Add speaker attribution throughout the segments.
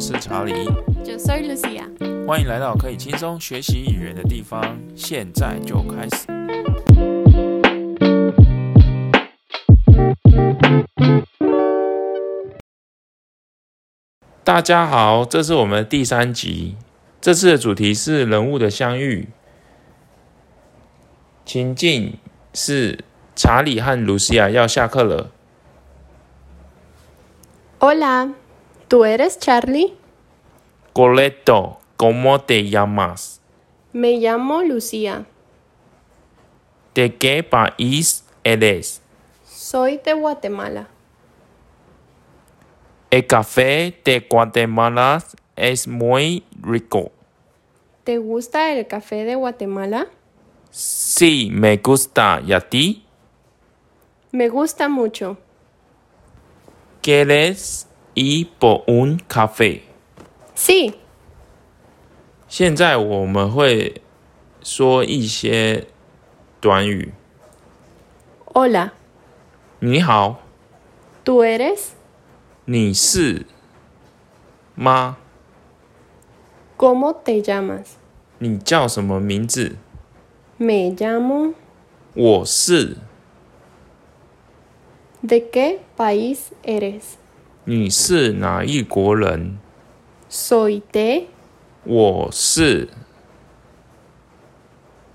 Speaker 1: 是查理，
Speaker 2: Yo soy Lucía。
Speaker 1: 欢迎来到可以轻松学习语言的地方。现在就开始。大家好，这是我们的第三集，这次的主题是人物的相遇。情境是查理和卢西亚要下课了。
Speaker 2: Hola, ¿tú eres Charlie?
Speaker 1: Correcto, ¿cómo te llamas?
Speaker 2: Me llamo Lucía.
Speaker 1: ¿De qué país eres?
Speaker 2: Soy de Guatemala.
Speaker 1: El café de Guatemala es muy rico.
Speaker 2: ¿Te gusta el café de Guatemala?
Speaker 1: Sí, me gusta. ¿Y a ti?
Speaker 2: Me gusta mucho.
Speaker 1: ¿Quieres ir por un café?
Speaker 2: Sí,
Speaker 1: 现在我们会说一些短语。
Speaker 2: hola.
Speaker 1: 你好，
Speaker 2: ¿Tú eres?
Speaker 1: 你是吗？
Speaker 2: ¿Cómo te llamas?
Speaker 1: 你叫什么名字？
Speaker 2: Me llamo.
Speaker 1: 我是，
Speaker 2: ¿De qué país eres?
Speaker 1: 你是哪一国人？
Speaker 2: Soy de.
Speaker 1: 我是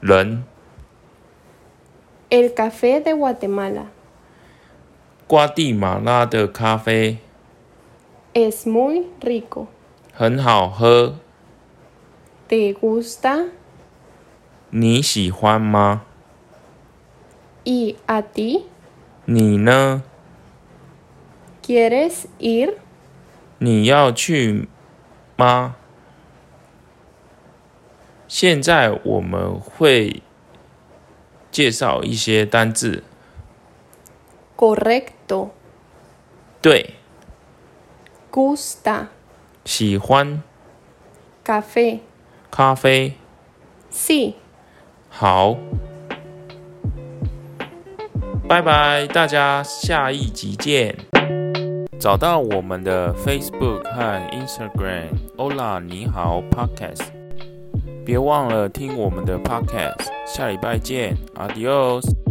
Speaker 1: 人。
Speaker 2: El café de Guatemala
Speaker 1: 瓜地马拉的咖啡
Speaker 2: es muy rico.
Speaker 1: 很好喝，
Speaker 2: ¿Te gusta?
Speaker 1: 你喜欢吗？
Speaker 2: ¿Y a ti?
Speaker 1: 你呢？
Speaker 2: ¿Quieres ir?
Speaker 1: 你要去吗？现在我们会介绍一些单字，
Speaker 2: Correcto.
Speaker 1: 对，
Speaker 2: Gusta.
Speaker 1: 喜欢
Speaker 2: Café.
Speaker 1: 咖啡，
Speaker 2: Sí.
Speaker 1: 好，拜拜，大家下一集见。找到我们的 Facebook 和 Instagram “Ola 你好 Podcast”，别忘了听我们的 Podcast。下礼拜见，Adios。